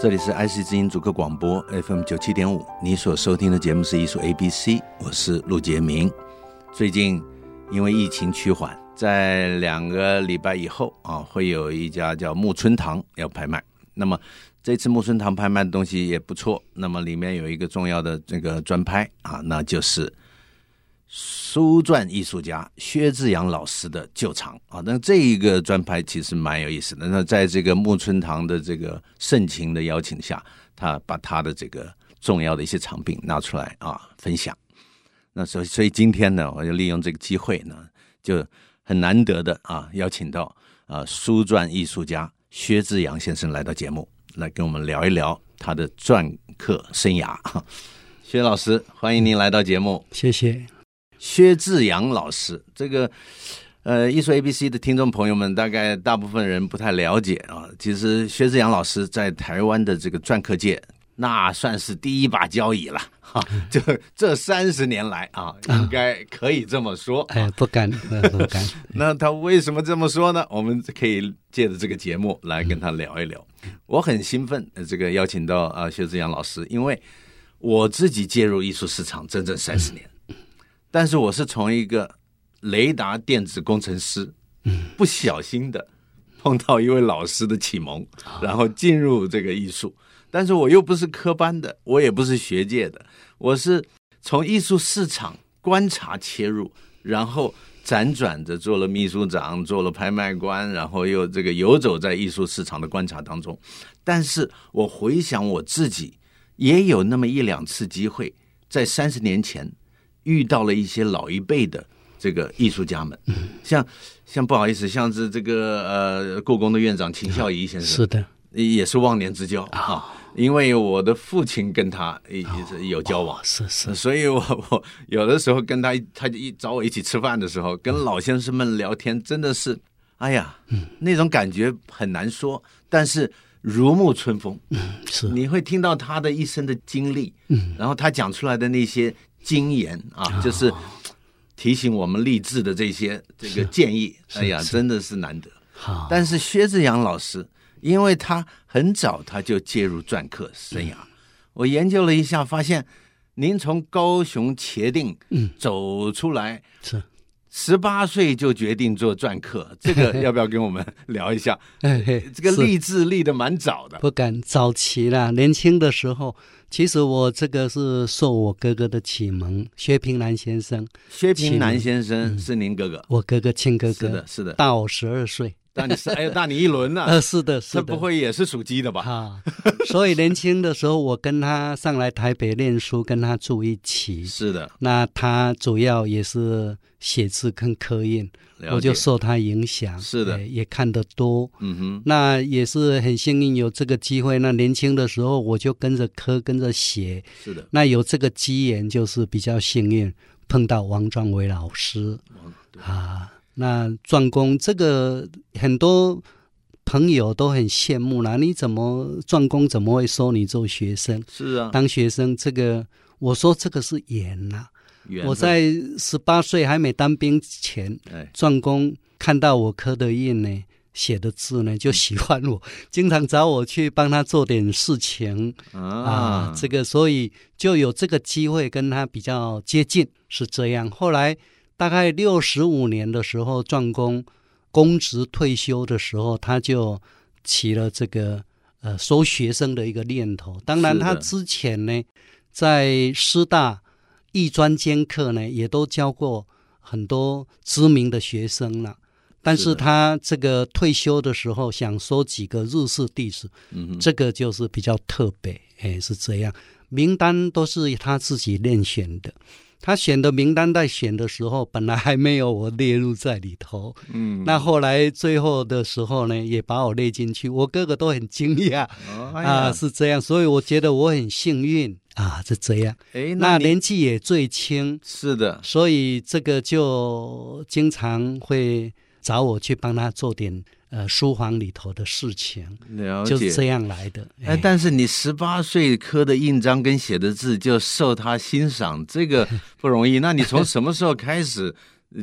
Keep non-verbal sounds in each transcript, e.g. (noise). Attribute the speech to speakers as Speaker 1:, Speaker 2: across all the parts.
Speaker 1: 这里是 IC 之音主客广播 FM 九七点五，你所收听的节目是艺术 ABC，我是陆杰明。最近因为疫情趋缓，在两个礼拜以后啊，会有一家叫木村堂要拍卖。那么这次木村堂拍卖的东西也不错，那么里面有一个重要的这个专拍啊，那就是书传艺术家薛志阳老师的旧藏啊，那这一个专拍其实蛮有意思的。那在这个木村堂的这个盛情的邀请下，他把他的这个重要的一些藏品拿出来啊分享。那所以所以今天呢，我就利用这个机会呢，就很难得的啊邀请到啊书传艺术家薛志阳先生来到节目，来跟我们聊一聊他的篆刻生涯。啊薛老师，欢迎您来到节目。
Speaker 2: 谢谢。
Speaker 1: 薛志阳老师，这个呃，艺术 A B C 的听众朋友们，大概大部分人不太了解啊。其实薛志阳老师在台湾的这个篆刻界，那算是第一把交椅了哈、这这三十年来啊，应该可以这么说。
Speaker 2: 哎，不
Speaker 1: (laughs)
Speaker 2: 敢，呃不敢。
Speaker 1: 那他为什么这么说呢？我们可以借着这个节目来跟他聊一聊。我很兴奋，呃这个邀请到啊、呃薛志阳老师，因为我自己介入艺术市场整整三十年，但是我是从一个雷达电子工程师，不小心的碰到一位老师的启蒙，然后进入这个艺术。但是我又不是科班的，我也不是学界的，我是从艺术市场观察切入，然后辗转着做了秘书长，做了拍卖官，然后又这个游走在艺术市场的观察当中。但是我回想我自己，也有那么一两次机会，在三十年前遇到了一些老一辈的这个艺术家们，像像不好意思，像是这个呃故宫的院长秦孝仪先生，
Speaker 2: 是的，
Speaker 1: 也是忘年之交啊，因为我的父亲跟他也也是有交往，
Speaker 2: 是是
Speaker 1: 所以我我有的时候跟他一他就一找我一起吃饭的时候，跟老先生们聊天，真的是，哎呀，那种感觉很难说，但是如沐春风，
Speaker 2: 嗯是。
Speaker 1: 你会听到他的一生的经历，然后他讲出来的那些经言嗯啊，就是提醒我们励志的这些这个建议，哎呀，真的是难得。
Speaker 2: 好，
Speaker 1: 但是薛志阳老师，因为他很早他就介入篆刻生涯，
Speaker 2: 嗯
Speaker 1: 我研究了一下，发现您从高雄茄定
Speaker 2: 嗯
Speaker 1: 走出来，
Speaker 2: 是
Speaker 1: 十八岁就决定做篆
Speaker 2: (laughs)
Speaker 1: 刻，这个要不要跟我们聊一下？
Speaker 2: 哎嘿，
Speaker 1: 这个
Speaker 2: 是
Speaker 1: 立志立的蛮早的，
Speaker 2: 不敢早期啦。年轻的时候，其实我这个是受我哥哥的启蒙，薛平南先生，
Speaker 1: 薛平南先生是您哥哥，
Speaker 2: 我哥哥亲嗯哥
Speaker 1: 是
Speaker 2: 哥
Speaker 1: 的，，是的，
Speaker 2: 大我十二岁。
Speaker 1: 大你是哎呦大你一轮呢，
Speaker 2: (laughs) 呃，是的，是
Speaker 1: 这
Speaker 2: 的。
Speaker 1: 不会也是属鸡的吧？
Speaker 2: 啊，所以年轻的时候，我跟他上来台北念书，跟他住一起。
Speaker 1: 是的，
Speaker 2: 那他主要也是写字跟刻印，
Speaker 1: 了
Speaker 2: 我就
Speaker 1: 解，
Speaker 2: 受他影响，
Speaker 1: 是的
Speaker 2: 哎也看得多。
Speaker 1: 嗯哼，
Speaker 2: 那也是很幸运有这个机会。那年轻的时候我就跟着磕，跟着写。
Speaker 1: 是的，
Speaker 2: 那有这个机缘，就是比较幸运碰到王壮伟老师啊。那壮工这个很多朋友都很羡慕啦，你怎么壮工怎么会收你做学生？
Speaker 1: 是啊，
Speaker 2: 当学生这个，我说这个是缘呐、
Speaker 1: 缘
Speaker 2: 我
Speaker 1: 分
Speaker 2: 在十八岁还没当兵前，
Speaker 1: 哎
Speaker 2: 壮工看到我刻的印呢，写的字呢，就喜欢我，经常找我去帮他做点事情啊。
Speaker 1: 啊，
Speaker 2: 这个，所以就有这个机会跟他比较接近，是这样。后来大概六十五年的时候，壮工公职退休的时候，他就起了这个呃收学生的一个念头。当然，
Speaker 1: 是的
Speaker 2: 他之前呢，在师大艺专兼课呢，也都教过很多知名的学生了。但
Speaker 1: 是
Speaker 2: 是
Speaker 1: 的
Speaker 2: 他这个退休的时候想收几个日式弟子，
Speaker 1: 嗯哼，
Speaker 2: 这个就是比较特别，哎，是这样。名单都是他自己练选的，他选的名单在选的时候，本来还没有我列入在里头，
Speaker 1: 嗯
Speaker 2: 那后来最后的时候呢，也把我列进去，我哥哥都很惊讶、
Speaker 1: 哦
Speaker 2: 啊，
Speaker 1: 哎
Speaker 2: 是这样，所以我觉得我很幸运啊，是这样。
Speaker 1: 哎，
Speaker 2: 那
Speaker 1: 您
Speaker 2: 年纪也最轻，
Speaker 1: 是的，
Speaker 2: 所以这个就经常会找我去帮他做点呃书房里头的事情，
Speaker 1: 了
Speaker 2: 就是这
Speaker 1: 解。
Speaker 2: 样来的。
Speaker 1: 哎，但是你十八岁刻的印章跟写的字就受他欣赏，这
Speaker 2: (laughs)
Speaker 1: 个不容易。那你从什么时候开始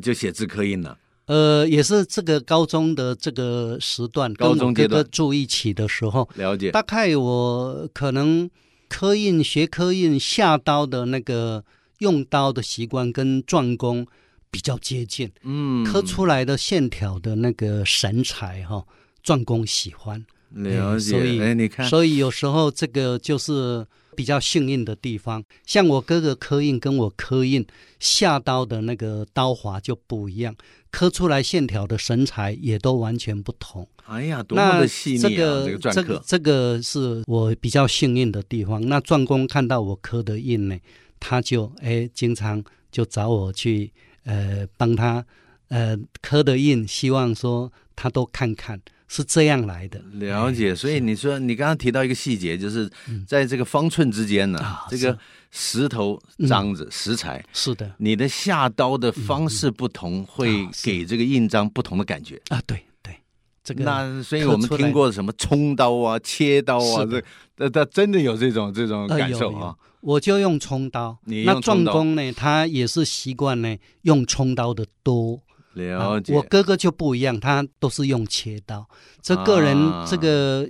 Speaker 1: 就写字刻印了？
Speaker 2: 呃，也是这个高中的这个时段，
Speaker 1: 高中阶
Speaker 2: 跟我
Speaker 1: 段
Speaker 2: 哥哥住一起的时候，
Speaker 1: 了解，
Speaker 2: 大概我可能刻印学刻印下刀的那个用刀的习惯跟壮工比较接近，
Speaker 1: 嗯，
Speaker 2: 刻出来的线条的那个神采哈、壮工喜欢，
Speaker 1: 了
Speaker 2: 哎所以
Speaker 1: 解。哎，你看，
Speaker 2: 所以有时候这个就是比较幸运的地方。像我哥哥刻印跟我刻印下刀的那个刀法就不一样，刻出来线条的神采也都完全不同。
Speaker 1: 哎呀，多么
Speaker 2: 那
Speaker 1: 的细腻啊！
Speaker 2: 这个
Speaker 1: 个篆
Speaker 2: 这
Speaker 1: 刻
Speaker 2: 个，这个是我比较幸运的地方。那篆工看到我刻的印呢，他就哎经常就找我去呃帮他呃刻的印，希望说他都看看，是这样来的。
Speaker 1: 了解，所以你说你刚刚提到一个细节，就是
Speaker 2: 哎嗯
Speaker 1: 在这个方寸之间呢
Speaker 2: 啊，
Speaker 1: 这
Speaker 2: 是
Speaker 1: 个石头、
Speaker 2: 嗯
Speaker 1: 章子、石材，
Speaker 2: 是的
Speaker 1: 你的下刀的方式不同，会
Speaker 2: 嗯啊是
Speaker 1: 给这个印章不同的感觉。
Speaker 2: 啊，对对，这个
Speaker 1: 那所以我们
Speaker 2: 刻出来
Speaker 1: 听过什么冲刀啊、切刀啊，
Speaker 2: 是的
Speaker 1: 这这这真的有这种这种
Speaker 2: 呃
Speaker 1: 感
Speaker 2: 有
Speaker 1: 受
Speaker 2: 有
Speaker 1: 啊。
Speaker 2: 我就用冲刀。
Speaker 1: 你
Speaker 2: 那
Speaker 1: 用冲
Speaker 2: 壮
Speaker 1: 刀
Speaker 2: 工呢，他也是习惯呢用冲刀的多。啊
Speaker 1: 了解，
Speaker 2: 我哥哥就不一样，他都是用切刀。这个人、
Speaker 1: 啊
Speaker 2: 这个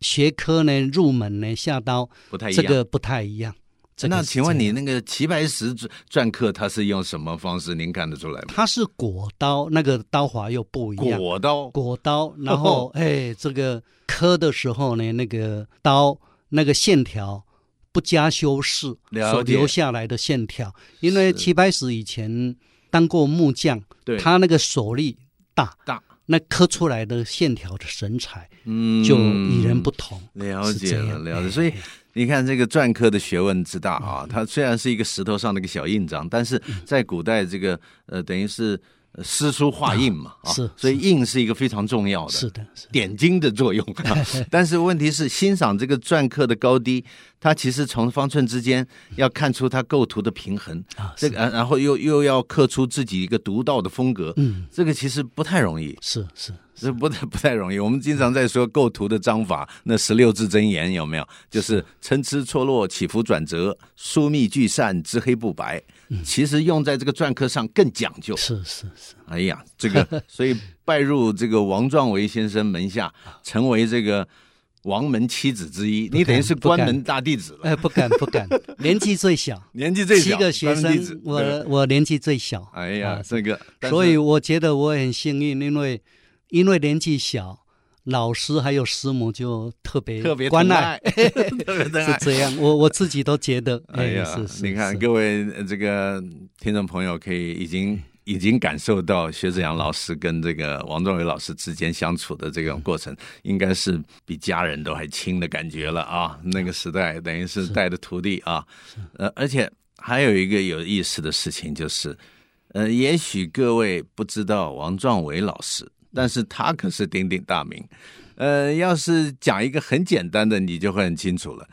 Speaker 2: 学科呢，入门呢下刀
Speaker 1: 不太一
Speaker 2: 这
Speaker 1: 样。
Speaker 2: 个不太一样。这个
Speaker 1: 那
Speaker 2: 是
Speaker 1: 请问
Speaker 2: 这
Speaker 1: 你
Speaker 2: 样
Speaker 1: 那个齐白石篆篆刻，他是用什么方式？您看得出来吗？
Speaker 2: 他是果刀，那个刀法又不一样。
Speaker 1: 果刀，
Speaker 2: 果刀，然后
Speaker 1: 哦
Speaker 2: 哎，这个刻的时候呢，那个刀那个线条不加修饰
Speaker 1: 了
Speaker 2: 所
Speaker 1: 解
Speaker 2: 留下来的线条，因为
Speaker 1: 是
Speaker 2: 齐白石以前当过木匠，
Speaker 1: 对，
Speaker 2: 他那个手力大，
Speaker 1: 大，
Speaker 2: 那刻出来的线条的神采
Speaker 1: 嗯，
Speaker 2: 就与人不同。
Speaker 1: 了
Speaker 2: 是
Speaker 1: 解
Speaker 2: 这
Speaker 1: 了，
Speaker 2: 样
Speaker 1: 了
Speaker 2: 哎嗯
Speaker 1: 解。所以你看，这个篆刻的学问之大啊，它虽然是一个石头上的一个小印章，但是在古代这个呃，等于是呃诗书画印嘛，啊，
Speaker 2: 是
Speaker 1: 所以印是一个非常重要的，
Speaker 2: 是的，是的
Speaker 1: 点睛的
Speaker 2: (laughs)
Speaker 1: 作用、啊但是问题是，欣赏这个篆刻的高低，它其实从方寸之间要看出它构图的平衡，
Speaker 2: 啊，
Speaker 1: 这
Speaker 2: 是
Speaker 1: 个呃然后又又要刻出自己一个独到的风格，
Speaker 2: 嗯，
Speaker 1: 这个其实不太容易。
Speaker 2: 是是
Speaker 1: 这不太不 (laughs) 太容易。我们经常在说构图的章法，那十六字真言有没有？就是参差错落、起伏转折、疏密聚散、知黑不白。
Speaker 2: 嗯
Speaker 1: 其实用在这个篆刻上更讲究。
Speaker 2: 是是是，
Speaker 1: 哎呀，这
Speaker 2: (laughs)
Speaker 1: 个所以拜入这个王壮维先生门下，成为这个王门七子之一，
Speaker 2: 不敢
Speaker 1: 你等于是
Speaker 2: 不敢
Speaker 1: 关门大弟子了。
Speaker 2: 哎，不敢
Speaker 1: (laughs)
Speaker 2: 不敢，年纪最小，
Speaker 1: 年纪最
Speaker 2: 七
Speaker 1: 小，
Speaker 2: 个学
Speaker 1: 关门弟子
Speaker 2: 生，我
Speaker 1: 对
Speaker 2: 我年纪最小。
Speaker 1: 哎呀
Speaker 2: 啊，
Speaker 1: 这个，但是
Speaker 2: 所以我觉得我很幸运，因为因为年纪小，老师还有师母就特别
Speaker 1: 特别疼
Speaker 2: 关
Speaker 1: 爱，
Speaker 2: 爱，
Speaker 1: (laughs) 特别疼
Speaker 2: (laughs) 是
Speaker 1: 爱。
Speaker 2: 这样。我我自己都觉得，
Speaker 1: (laughs) 哎呀，
Speaker 2: 是是，
Speaker 1: 你看
Speaker 2: 是
Speaker 1: 各位呃这个听众朋友，可以已经已经感受到薛志阳老师跟这个王仲伟老师之间相处的这种过
Speaker 2: 嗯
Speaker 1: 程，应该是比家人都还亲的感觉了啊！那个时代等于是带着徒弟啊，呃，而且还有一个有意思的事情就是，呃，也许各位不知道王壮伟老师，但是他可是鼎鼎大名。呃，要是讲一个很简单的，你就会很清楚了。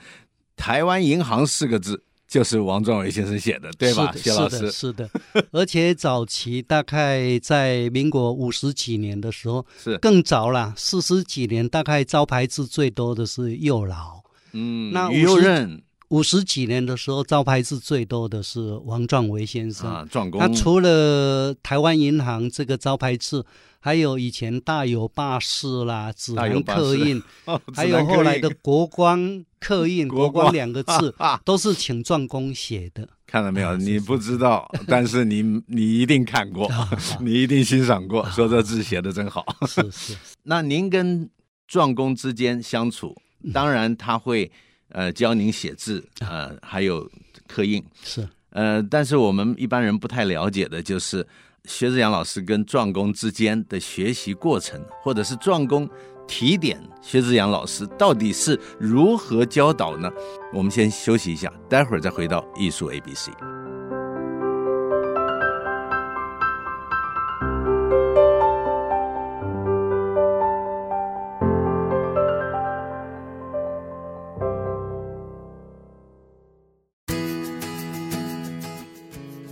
Speaker 1: 台湾银行四个字就是王壮伟先生写的，对吧，
Speaker 2: 是
Speaker 1: 谢
Speaker 2: 的
Speaker 1: 老
Speaker 2: 是
Speaker 1: 师？
Speaker 2: 的，是的。而且早期大概在民国五十几年的时候，
Speaker 1: 是，
Speaker 2: 更早啦，四十几年，大概招牌字最多的是右老。
Speaker 1: 嗯，
Speaker 2: 那
Speaker 1: 于右
Speaker 2: 50
Speaker 1: 任
Speaker 2: 五十几年的时候，招牌字最多的是王壮维先生。
Speaker 1: 啊，壮工
Speaker 2: 他，除了台湾银行这个招牌字，还有以前大有霸市啦、指
Speaker 1: 大有
Speaker 2: 南
Speaker 1: 霸
Speaker 2: 刻
Speaker 1: 市
Speaker 2: 印，
Speaker 1: 哦
Speaker 2: 还有后来的，国光刻 (laughs) 印、
Speaker 1: 国
Speaker 2: 国
Speaker 1: 光，
Speaker 2: 光两个字
Speaker 1: 啊，
Speaker 2: 都是请壮工写的。
Speaker 1: (laughs) 看到没有？
Speaker 2: (laughs) 啊是
Speaker 1: 你
Speaker 2: 是啊
Speaker 1: 不知道，但是你你一定看
Speaker 2: (laughs)
Speaker 1: 过，你一定欣赏过，说这字写的真好。
Speaker 2: 是是，
Speaker 1: 那您跟壮工之间相处，当然他会呃教您写字，呃，还有刻印，
Speaker 2: 是
Speaker 1: 呃，但是我们一般人不太了解的就是薛志阳老师跟壮工之间的学习过程，或者是壮工提点薛志阳老师到底是如何教导呢？我们先休息一下，待会儿再回到艺术 A B C。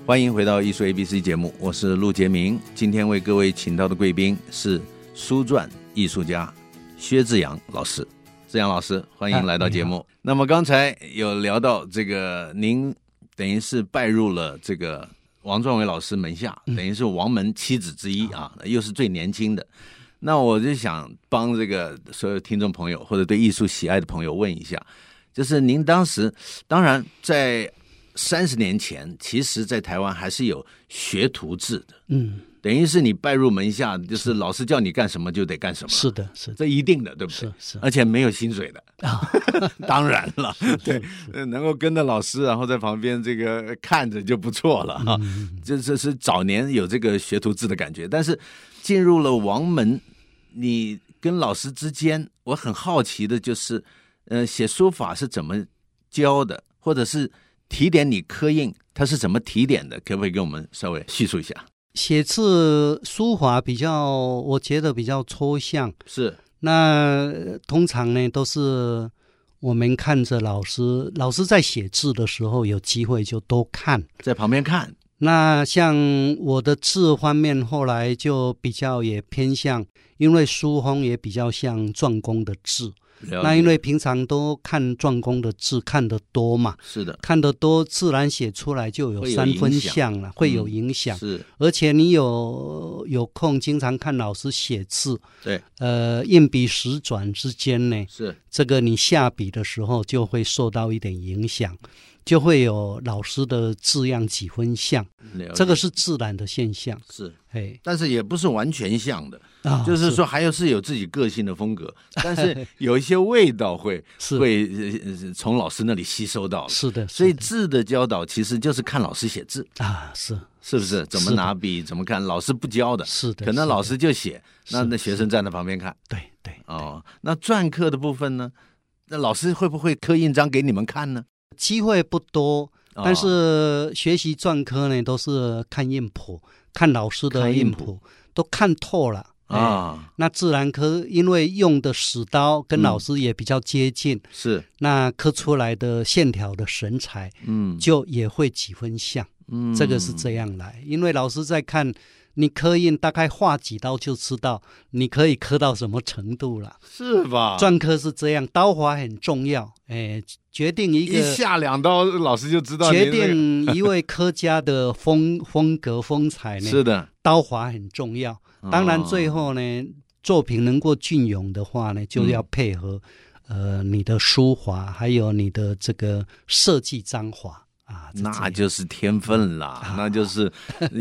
Speaker 1: 欢迎回到艺术 A B C 节目，我是陆杰明。今天为各位请到的贵宾是书传艺术家薛志阳老师。志阳老师，欢迎来到节目。那么刚才有聊到这个，您等于是拜入了这个王壮伟老师门下，等于是王门七子之一啊，又是最年轻的。那我就想帮这个所有听众朋友或者对艺术喜爱的朋友问一下，就是您当时，当然在三十年前，其实在台湾还是有学徒制的，
Speaker 2: 嗯，
Speaker 1: 等于是你拜入门下，就是老师叫你干什么就得干什么，
Speaker 2: 是的，是的，
Speaker 1: 这一定的，对不对
Speaker 2: 是？是
Speaker 1: 而且没有薪水的，
Speaker 2: 啊，
Speaker 1: (laughs) 当然
Speaker 2: (laughs)
Speaker 1: 了，对，呃 (laughs) 能够跟着老师，然后在旁边这个看着就不错了
Speaker 2: 嗯
Speaker 1: 哈。这这是早年有这个学徒制的感觉，但是进入了王门，你跟老师之间，我很好奇的就是，呃，写书法是怎么教的，或者是提点你刻印，它是怎么提点的？可不可以给我们稍微叙述一下？
Speaker 2: 写字书法比较，我觉得比较抽象。
Speaker 1: 是
Speaker 2: 那呃通常呢，都是我们看着老师，老师在写字的时候，有机会就多看。
Speaker 1: 在旁边看，
Speaker 2: 那像我的字方面，后来就比较也偏向，因为书风也比较像壮工的字。
Speaker 1: 了
Speaker 2: 那
Speaker 1: 解
Speaker 2: 因为平常都看壮工的字看得多嘛，
Speaker 1: 是的，
Speaker 2: 看得多，自然写出来就有
Speaker 1: 会有
Speaker 2: 三分
Speaker 1: 影响
Speaker 2: 像了，会有
Speaker 1: 嗯
Speaker 2: 影响。
Speaker 1: 是
Speaker 2: 而且你有有空经常看老师写字，
Speaker 1: 对，
Speaker 2: 呃，硬笔实转之间呢，
Speaker 1: 是
Speaker 2: 这个你下笔的时候就会受到一点影响，就会有老师的字样几分像，
Speaker 1: 了解
Speaker 2: 这个是自然的现象。
Speaker 1: 是，
Speaker 2: 哎，
Speaker 1: 但是也不是完全像的。
Speaker 2: 啊，
Speaker 1: 就是说还有是有自己个性的风
Speaker 2: (laughs)
Speaker 1: 格，但是有一些味道会
Speaker 2: 是
Speaker 1: 会呃呃从老师那里吸收到了。
Speaker 2: 是的，
Speaker 1: 所以
Speaker 2: 是
Speaker 1: 字的教导其实就是看老师写字，
Speaker 2: 的啊，是
Speaker 1: 是不是？怎么
Speaker 2: 是的
Speaker 1: 拿笔，怎么看，老师不教的，
Speaker 2: 是的，
Speaker 1: 可能
Speaker 2: 是
Speaker 1: 老
Speaker 2: 的
Speaker 1: 师就写，那
Speaker 2: 是
Speaker 1: 那学生站在旁边看。
Speaker 2: 对对
Speaker 1: 哦，那篆刻的部分呢？那老师会不会刻印章给你们看呢？
Speaker 2: 机会不多，
Speaker 1: 哦
Speaker 2: 但是学习篆刻呢，都是看印谱，看老师的
Speaker 1: 看印
Speaker 2: 印
Speaker 1: 谱
Speaker 2: 谱，都看透了哎
Speaker 1: 啊，
Speaker 2: 那自然科因为用的死刀
Speaker 1: 嗯
Speaker 2: 跟老师也比较接近，
Speaker 1: 是，
Speaker 2: 那刻出来的线条的神采
Speaker 1: 嗯，
Speaker 2: 就也会几分像，
Speaker 1: 嗯
Speaker 2: 这个是这样来。因为老师在看你刻印，大概画几刀就知道你可以刻到什么程度了。
Speaker 1: 是吧？
Speaker 2: 篆刻是这样，刀法很重要，哎，决定一
Speaker 1: 一
Speaker 2: 个
Speaker 1: 下两刀，老师就知道
Speaker 2: 决
Speaker 1: 您那个
Speaker 2: 定一位科家的风风格风采呢，
Speaker 1: 是的。
Speaker 2: 刀法很重要。当然，
Speaker 1: 哦
Speaker 2: 最后呢，作品能够隽永的话呢，就要配合、
Speaker 1: 嗯
Speaker 2: 呃你的书法，还有你的这个设计章法啊。是这样
Speaker 1: 那就是天分啦
Speaker 2: 啊， (laughs)
Speaker 1: 那就是，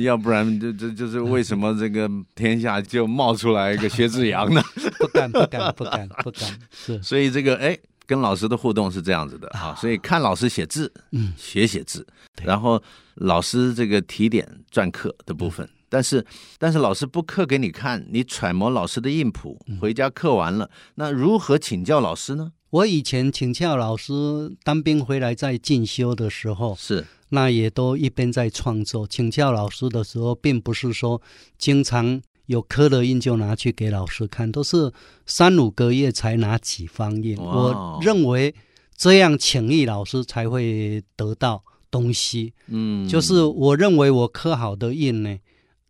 Speaker 1: 要不然就就就是为什么这个天下就冒出来一个薛志
Speaker 2: (laughs)
Speaker 1: 阳呢？
Speaker 2: 不敢不敢不敢不敢，是
Speaker 1: 所以这个哎，跟老师的互动是这样子的啊，所以看老师写字，
Speaker 2: 嗯
Speaker 1: 学写字，
Speaker 2: 对
Speaker 1: 然后老师这个提点篆刻的部
Speaker 2: 嗯
Speaker 1: 分，但是但是老师不刻给你看，你揣摩老师的印谱，
Speaker 2: 嗯
Speaker 1: 回家刻完了，那如何请教老师呢？
Speaker 2: 我以前请教老师当兵回来在进修的时候，
Speaker 1: 是
Speaker 2: 那也都一边在创作。请教老师的时候，并不是说经常有刻了印就拿去给老师看，都是三五个月才拿几方印。
Speaker 1: 哇哦
Speaker 2: 我认为这样请益老师才会得到东西。
Speaker 1: 嗯，
Speaker 2: 就是我认为我刻好的印呢，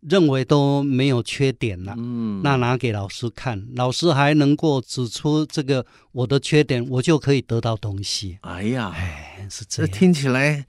Speaker 2: 认为都没有缺点了。
Speaker 1: 嗯，
Speaker 2: 那拿给老师看，老师还能够指出这个我的缺点，我就可以得到东西。
Speaker 1: 哎呀，
Speaker 2: 哎，是这
Speaker 1: 这
Speaker 2: 样。
Speaker 1: 听起来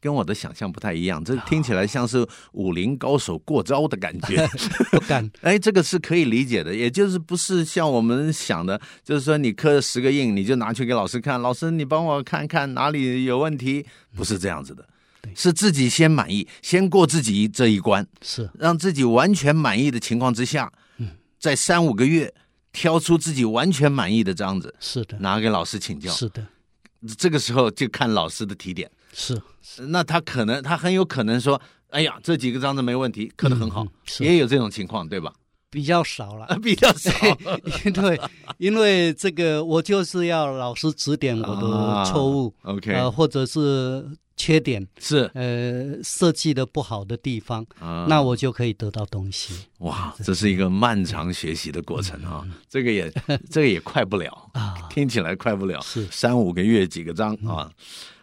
Speaker 1: 跟我的想象不太一样，这听起来像是武林高手过招的感觉。
Speaker 2: (laughs) 不敢
Speaker 1: 哎，这个是可以理解的，也就是不是像我们想的，就是说你刻十个印，你就拿去给老师看，老师你帮我看看哪里有问题，不是这样子的。
Speaker 2: 嗯对
Speaker 1: 是自己先满意，先过自己这一关，
Speaker 2: 是
Speaker 1: 让自己完全满意的情况之下，
Speaker 2: 嗯
Speaker 1: 在三五个月挑出自己完全满意的章子，
Speaker 2: 是的，
Speaker 1: 拿给老师请教。
Speaker 2: 嗯是的，
Speaker 1: 这个时候就看老师的提点。
Speaker 2: 是
Speaker 1: 那他可能，他很有可能说，哎呀，这几个章子没问题，刻得很好，
Speaker 2: 嗯是
Speaker 1: 也有这种情况，对吧？ (laughs)
Speaker 2: 比较少了
Speaker 1: 啊，。比较少，
Speaker 2: 呃因为因为这个，我就是要老师指点我的错误，
Speaker 1: 啊 OK，、
Speaker 2: 呃，或者是缺点，
Speaker 1: 是，
Speaker 2: 呃，设计的不好的地方，
Speaker 1: 啊
Speaker 2: 那我就可以得到东西
Speaker 1: 哇，这是一个漫长学习的过程
Speaker 2: 嗯
Speaker 1: 啊，这个
Speaker 2: (laughs)
Speaker 1: 也，这个也快不了，
Speaker 2: 啊。
Speaker 1: 听起来快不了，
Speaker 2: (laughs) 是嗯
Speaker 1: 三五个月几个章啊。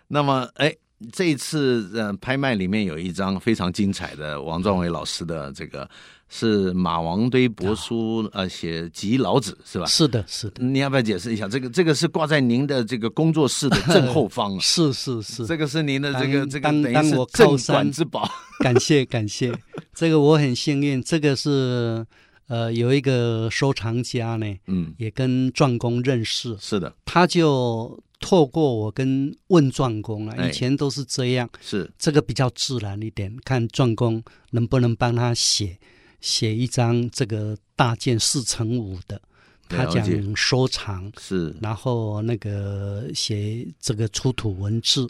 Speaker 1: 那么，哎，这一次呃拍卖里面有一张非常精彩的王壮伟老师的这个是马王堆
Speaker 2: 啊
Speaker 1: 帛书，呃，写《集老子》是吧？
Speaker 2: 是的，是的，
Speaker 1: 你要不要解释一下？这个这个是挂在您的这个工作室的正后方啊，
Speaker 2: (laughs) 是是是。
Speaker 1: 这个是您的这个
Speaker 2: 当
Speaker 1: 这个
Speaker 2: 当
Speaker 1: 等于
Speaker 2: 当
Speaker 1: 是
Speaker 2: 我
Speaker 1: 镇
Speaker 2: 靠
Speaker 1: 馆
Speaker 2: 山
Speaker 1: 之宝。
Speaker 2: 感谢感谢，这个我很幸运，这个是呃有一个收藏家呢，
Speaker 1: 嗯，
Speaker 2: 也跟壮工认识，
Speaker 1: 是的，
Speaker 2: 他就透过我跟问壮工了，
Speaker 1: 哎
Speaker 2: 以前都是这样，
Speaker 1: 是
Speaker 2: 这个比较自然一点，看壮工能不能帮他写写一张这个大件四乘五的，他
Speaker 1: 了解
Speaker 2: 讲收藏，
Speaker 1: 是
Speaker 2: 然后那个写这个出土文字，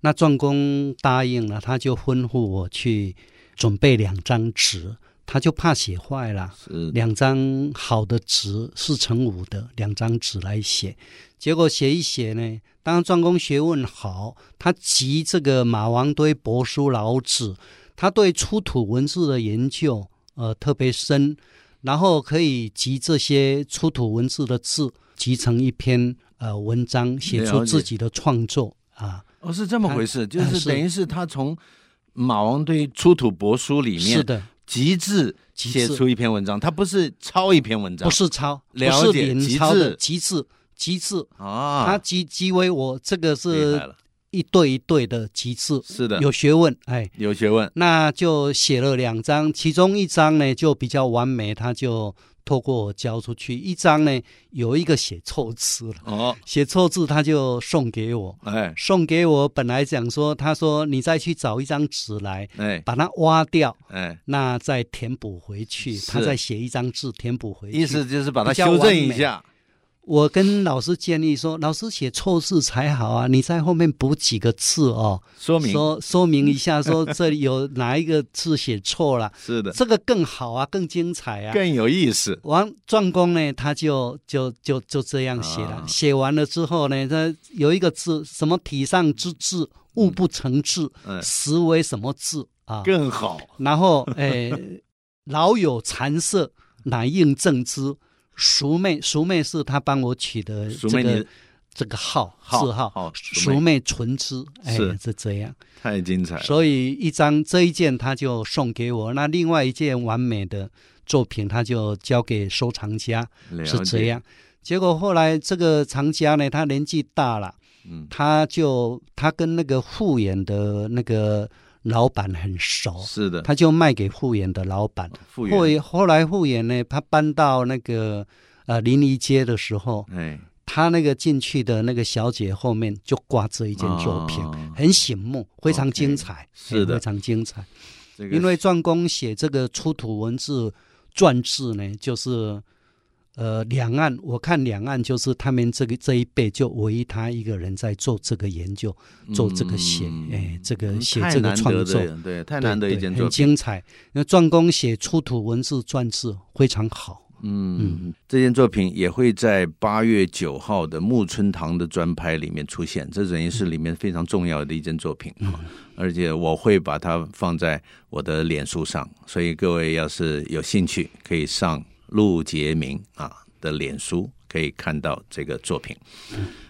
Speaker 2: 那壮工答应了，他就吩咐我去准备两张纸，他就怕写坏了，
Speaker 1: 是
Speaker 2: 两张好的纸，四乘五的两张纸来写，结果写一写呢，当然壮工学问好，他集这个马王堆帛书老子，他对出土文字的研究呃特别深，然后可以集这些出土文字的字，集成一篇呃文章，写
Speaker 1: 了
Speaker 2: 出
Speaker 1: 解
Speaker 2: 自己的创作啊。
Speaker 1: 哦，是这么回事，就
Speaker 2: 呃
Speaker 1: 是
Speaker 2: 是
Speaker 1: 等于是他从马王堆出土帛书里
Speaker 2: 是
Speaker 1: 面
Speaker 2: 的，
Speaker 1: 极致
Speaker 2: 极
Speaker 1: 写
Speaker 2: 致
Speaker 1: 出一篇文章，他不是抄一篇文章，
Speaker 2: 不是抄，不
Speaker 1: 了
Speaker 2: 是
Speaker 1: 解
Speaker 2: 临
Speaker 1: 极
Speaker 2: 抄的
Speaker 1: 致，
Speaker 2: 极致，极致。
Speaker 1: 啊，
Speaker 2: 他集集为我这个
Speaker 1: 厉害
Speaker 2: 是
Speaker 1: 了，
Speaker 2: 一对一对的极致，
Speaker 1: 是的，
Speaker 2: 有学问，哎，
Speaker 1: 有学问，
Speaker 2: 那就写了两张，其中一张呢就比较完美，他就透过我交出去；一张呢有一个写错字了，
Speaker 1: 哦，
Speaker 2: 写错字他就送给我，
Speaker 1: 哎
Speaker 2: 送给我本来想说，他说你再去找一张纸来
Speaker 1: 哎
Speaker 2: 把它挖掉，
Speaker 1: 哎，
Speaker 2: 那再填补回去，
Speaker 1: 是
Speaker 2: 他再写一张字填补回去。
Speaker 1: 意思就是把它
Speaker 2: 比较
Speaker 1: 修
Speaker 2: 完
Speaker 1: 正一
Speaker 2: 美
Speaker 1: 下，
Speaker 2: 我跟老师建议说，老师写错字才好啊，你在后面补几个字哦，
Speaker 1: 说明
Speaker 2: 说说明一
Speaker 1: (laughs)
Speaker 2: 下，说这里有哪一个字写错了，
Speaker 1: 是的，
Speaker 2: 这个更好啊，更精彩啊。
Speaker 1: 更有意思，
Speaker 2: 王壮公呢，他就就就就这样写了。
Speaker 1: 啊
Speaker 2: 写完了之后呢，他有一个字，什么“体上之志，物不成志，
Speaker 1: 嗯，
Speaker 2: 实为什么志”啊？
Speaker 1: 更好，
Speaker 2: 然后，哎，老有残色，乃应正之。熟妹，熟妹是他帮我取的
Speaker 1: 熟
Speaker 2: 这
Speaker 1: 妹
Speaker 2: 个
Speaker 1: 你
Speaker 2: 这个号
Speaker 1: 号
Speaker 2: 字
Speaker 1: 号
Speaker 2: 号，
Speaker 1: 熟妹
Speaker 2: 熟妹纯之，哎
Speaker 1: 是，
Speaker 2: 是这样。
Speaker 1: 太精彩了，
Speaker 2: 所以一张这一件他就送给我，那另外一件完美的作品他就交给收藏家，
Speaker 1: 了
Speaker 2: 是这
Speaker 1: 解，
Speaker 2: 样。结果后来这个藏家呢，他年纪大了，
Speaker 1: 嗯，
Speaker 2: 他就他跟那个护眼的那个老板很熟，
Speaker 1: 是的，
Speaker 2: 他就卖给护眼的老板。
Speaker 1: 复
Speaker 2: 后
Speaker 1: 原，
Speaker 2: 来后来护眼呢，他搬到那个呃临沂街的时候，
Speaker 1: 哎，
Speaker 2: 他那个进去的那个小姐后面就挂这一件作品，
Speaker 1: 哦
Speaker 2: 很醒目，非常精彩，
Speaker 1: 是的
Speaker 2: 哎非常精彩。
Speaker 1: 这个
Speaker 2: 因为篆工写这个出土文字篆字呢，就是呃两岸，我看两岸就是他们这个这一辈就唯一他一个人在做这个研究，做这个写，
Speaker 1: 嗯
Speaker 2: 哎，这个
Speaker 1: 嗯
Speaker 2: 写
Speaker 1: 太
Speaker 2: 这个
Speaker 1: 难
Speaker 2: 创
Speaker 1: 得
Speaker 2: 作。
Speaker 1: 的对，太难得
Speaker 2: 对
Speaker 1: 一件
Speaker 2: 对
Speaker 1: 作品。
Speaker 2: 很精彩。那篆工写出土文字篆字非常好，
Speaker 1: 嗯，这件作品也会在八月九号的木村堂的专拍里面出现，这等于是里面非常重要的一件作品啊。而且我会把它放在我的脸书上，所以各位要是有兴趣，可以上陆杰明啊的脸书可以看到这个作品。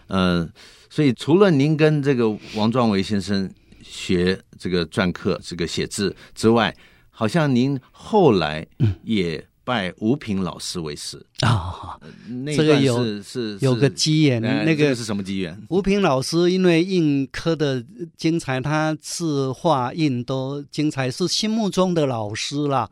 Speaker 1: 嗯、所以除了您跟这个王壮维先生学这个篆刻、这个写字之外，好像您后来也拜吴平老师为师。
Speaker 2: 啊、
Speaker 1: 那
Speaker 2: 这个
Speaker 1: 段
Speaker 2: 有
Speaker 1: 是是
Speaker 2: 有个
Speaker 1: 是
Speaker 2: 机缘，
Speaker 1: 呃
Speaker 2: 那
Speaker 1: 这
Speaker 2: 个
Speaker 1: 是什么机缘？
Speaker 2: 吴平老师因为印科的精彩，他字画印都精彩，是心目中的老师啦。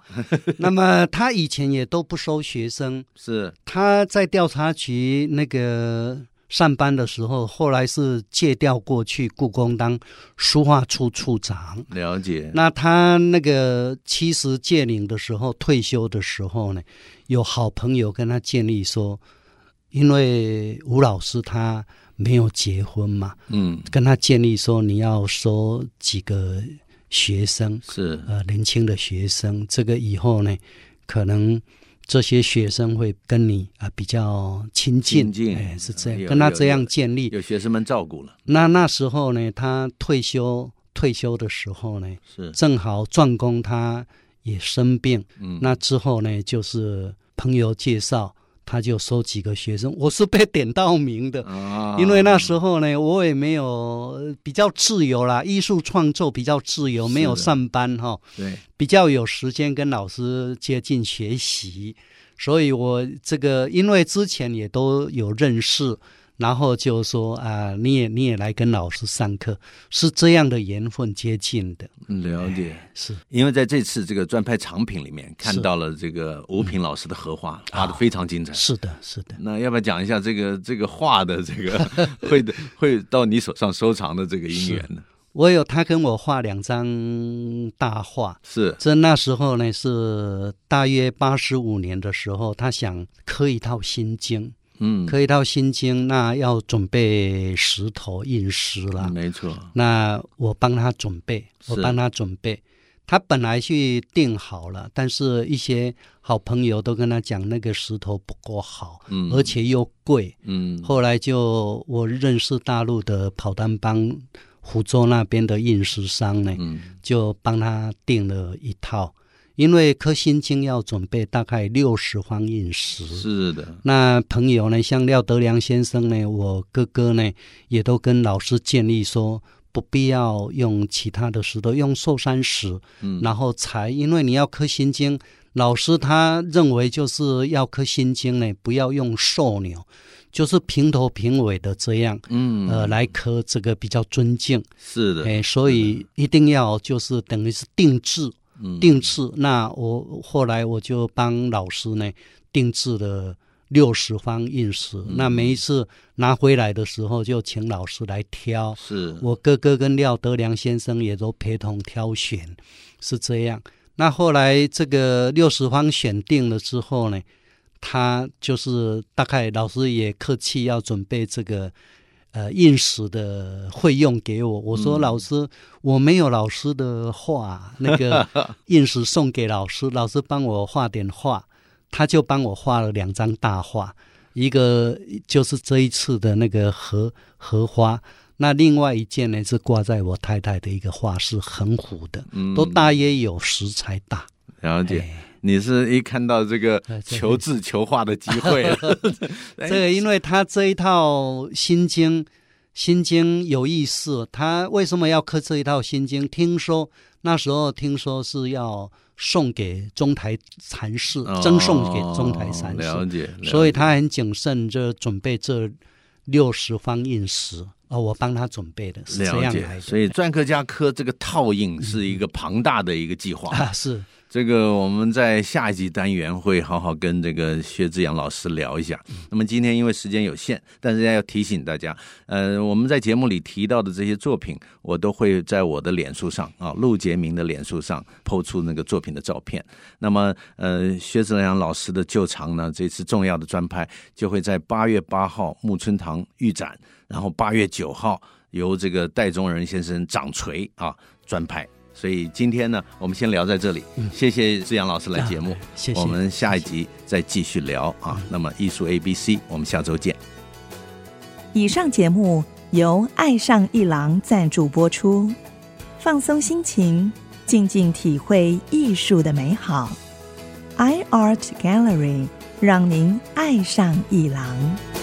Speaker 2: 那么他以前也都不收学生，
Speaker 1: 是
Speaker 2: 他在调查局那个上班的时候，后来是借调过去故宫当书画处处长。
Speaker 1: 了解，
Speaker 2: 那他那个七十届龄的时候，退休的时候呢，有好朋友跟他建议说，因为吴老师他没有结婚嘛，
Speaker 1: 嗯，
Speaker 2: 跟他建议说你要收几个学生，
Speaker 1: 是
Speaker 2: 呃，年轻的学生，这个以后呢，可能这些学生会跟你啊、比较亲近，
Speaker 1: 亲近
Speaker 2: 哎，是这样，
Speaker 1: 有
Speaker 2: 跟他
Speaker 1: 有
Speaker 2: 这
Speaker 1: 有
Speaker 2: 样建立。
Speaker 1: 有学生们照顾了，
Speaker 2: 那那时候呢，他退休退休的时候呢，
Speaker 1: 是
Speaker 2: 正好壮公他也生病，
Speaker 1: 嗯，
Speaker 2: 那之后呢，就是朋友介绍他就收几个学生，我是被点到名的，
Speaker 1: 啊
Speaker 2: 因为那时候呢，我也没有呃比较自由啦，艺术创作比较自由，
Speaker 1: 是
Speaker 2: 没有
Speaker 1: 的
Speaker 2: 上班哈、
Speaker 1: 对
Speaker 2: 比较有时间跟老师接近学习，所以我这个因为之前也都有认识，然后就说啊、你也你也来跟老师上课，是这样的缘分接近的，
Speaker 1: 了解，
Speaker 2: 是
Speaker 1: 因为在这次这个专拍藏品里面看
Speaker 2: 是嗯
Speaker 1: 到了这个吴平老师的荷花，画的非常精彩。
Speaker 2: 是的，是的。
Speaker 1: 那要不要讲一下这个这个画的这
Speaker 2: (laughs)
Speaker 1: 个会的会到你手上收藏的这个姻缘呢？
Speaker 2: 我有他跟我画两张大画，
Speaker 1: 是
Speaker 2: 这那时候呢是大约八十五年的时候，他想刻一套心经，
Speaker 1: 嗯，
Speaker 2: 刻一套心经，那要准备石头印石啦。
Speaker 1: 没错，
Speaker 2: 那我帮他准备，
Speaker 1: 嗯是
Speaker 2: 我帮他准备。他本来去定好了，但是一些好朋友都跟他讲那个石头不够好，
Speaker 1: 嗯，
Speaker 2: 而且又贵。
Speaker 1: 嗯，
Speaker 2: 后来就我认识大陆的跑单帮湖州那边的印石商呢，
Speaker 1: 嗯
Speaker 2: 就帮他订了一套，因为颗心经要准备大概六十方印石。
Speaker 1: 是的，
Speaker 2: 那朋友呢，像廖德良先生呢，我哥哥呢，也都跟老师建议说，不必要用其他的石头，用寿山石，
Speaker 1: 嗯，
Speaker 2: 然后才，因为你要刻心经，老师他认为就是要刻心经呢，不要用寿牛，就是平头平尾的这样，
Speaker 1: 嗯
Speaker 2: 呃，来刻这个比较尊敬。
Speaker 1: 是的，
Speaker 2: 哎，所以一定要就是等于是定制
Speaker 1: 嗯
Speaker 2: 定制。那我后来我就帮老师呢定制了六十方印石，
Speaker 1: 嗯
Speaker 2: 那每一次拿回来的时候就请老师来挑。
Speaker 1: 是
Speaker 2: 我哥哥跟廖德良先生也都陪同挑选，是这样。那后来这个六十方选定了之后呢，他就是大概老师也客气要准备这个呃印史的费用给我。我说
Speaker 1: 嗯
Speaker 2: 老师，我没有老师的画，那个印史送给老师，老师帮我画点画，他就帮我画了两张大画。一个就是这一次的那个荷荷花，那另外一件呢是挂在我太太的一个画室，横幅的，
Speaker 1: 嗯
Speaker 2: 都大约有十才大。
Speaker 1: 了解。
Speaker 2: 哎
Speaker 1: 你是一看到这个
Speaker 2: 哎这个
Speaker 1: 求字求画的机会了，哎
Speaker 2: (laughs) 这个，因为他这一套《心经》，《心经》有意思。他为什么要刻这一套《心经》？听说那时候听说是要送给中台禅师，
Speaker 1: 哦
Speaker 2: 赠送给中台禅师，
Speaker 1: 了解，了解
Speaker 2: 所以他很谨慎，就准备这六十方印石。哦，我帮他准备的是这
Speaker 1: 了
Speaker 2: 样来
Speaker 1: 解，
Speaker 2: 的。嗯
Speaker 1: 所以篆刻家科这个套印是一个庞大的一个计
Speaker 2: (laughs)
Speaker 1: 划。
Speaker 2: 啊，是
Speaker 1: 这个我们在下一集单元会好好跟这个薛志阳老师聊一下。那么今天因为时间有限，但是要提醒大家，呃，我们在节目里提到的这些作品，我都会在我的脸书上啊，陆杰明的脸书上抛出那个作品的照片。那么，呃，薛志阳老师的旧藏呢，这次重要的专拍就会在八月八号木村堂预展，然后八月九号由这个戴宗仁先生掌锤啊专拍。所以今天呢，我们先聊在这里，谢谢志阳老师来节目，
Speaker 2: 谢嗯谢
Speaker 1: 我们下一集再继续聊啊。那么艺术 A B C，我们下周见。
Speaker 3: 以上节目由爱上一郎赞助播出，放松心情，静静体会艺术的美好。iArt Gallery 让您爱上一郎。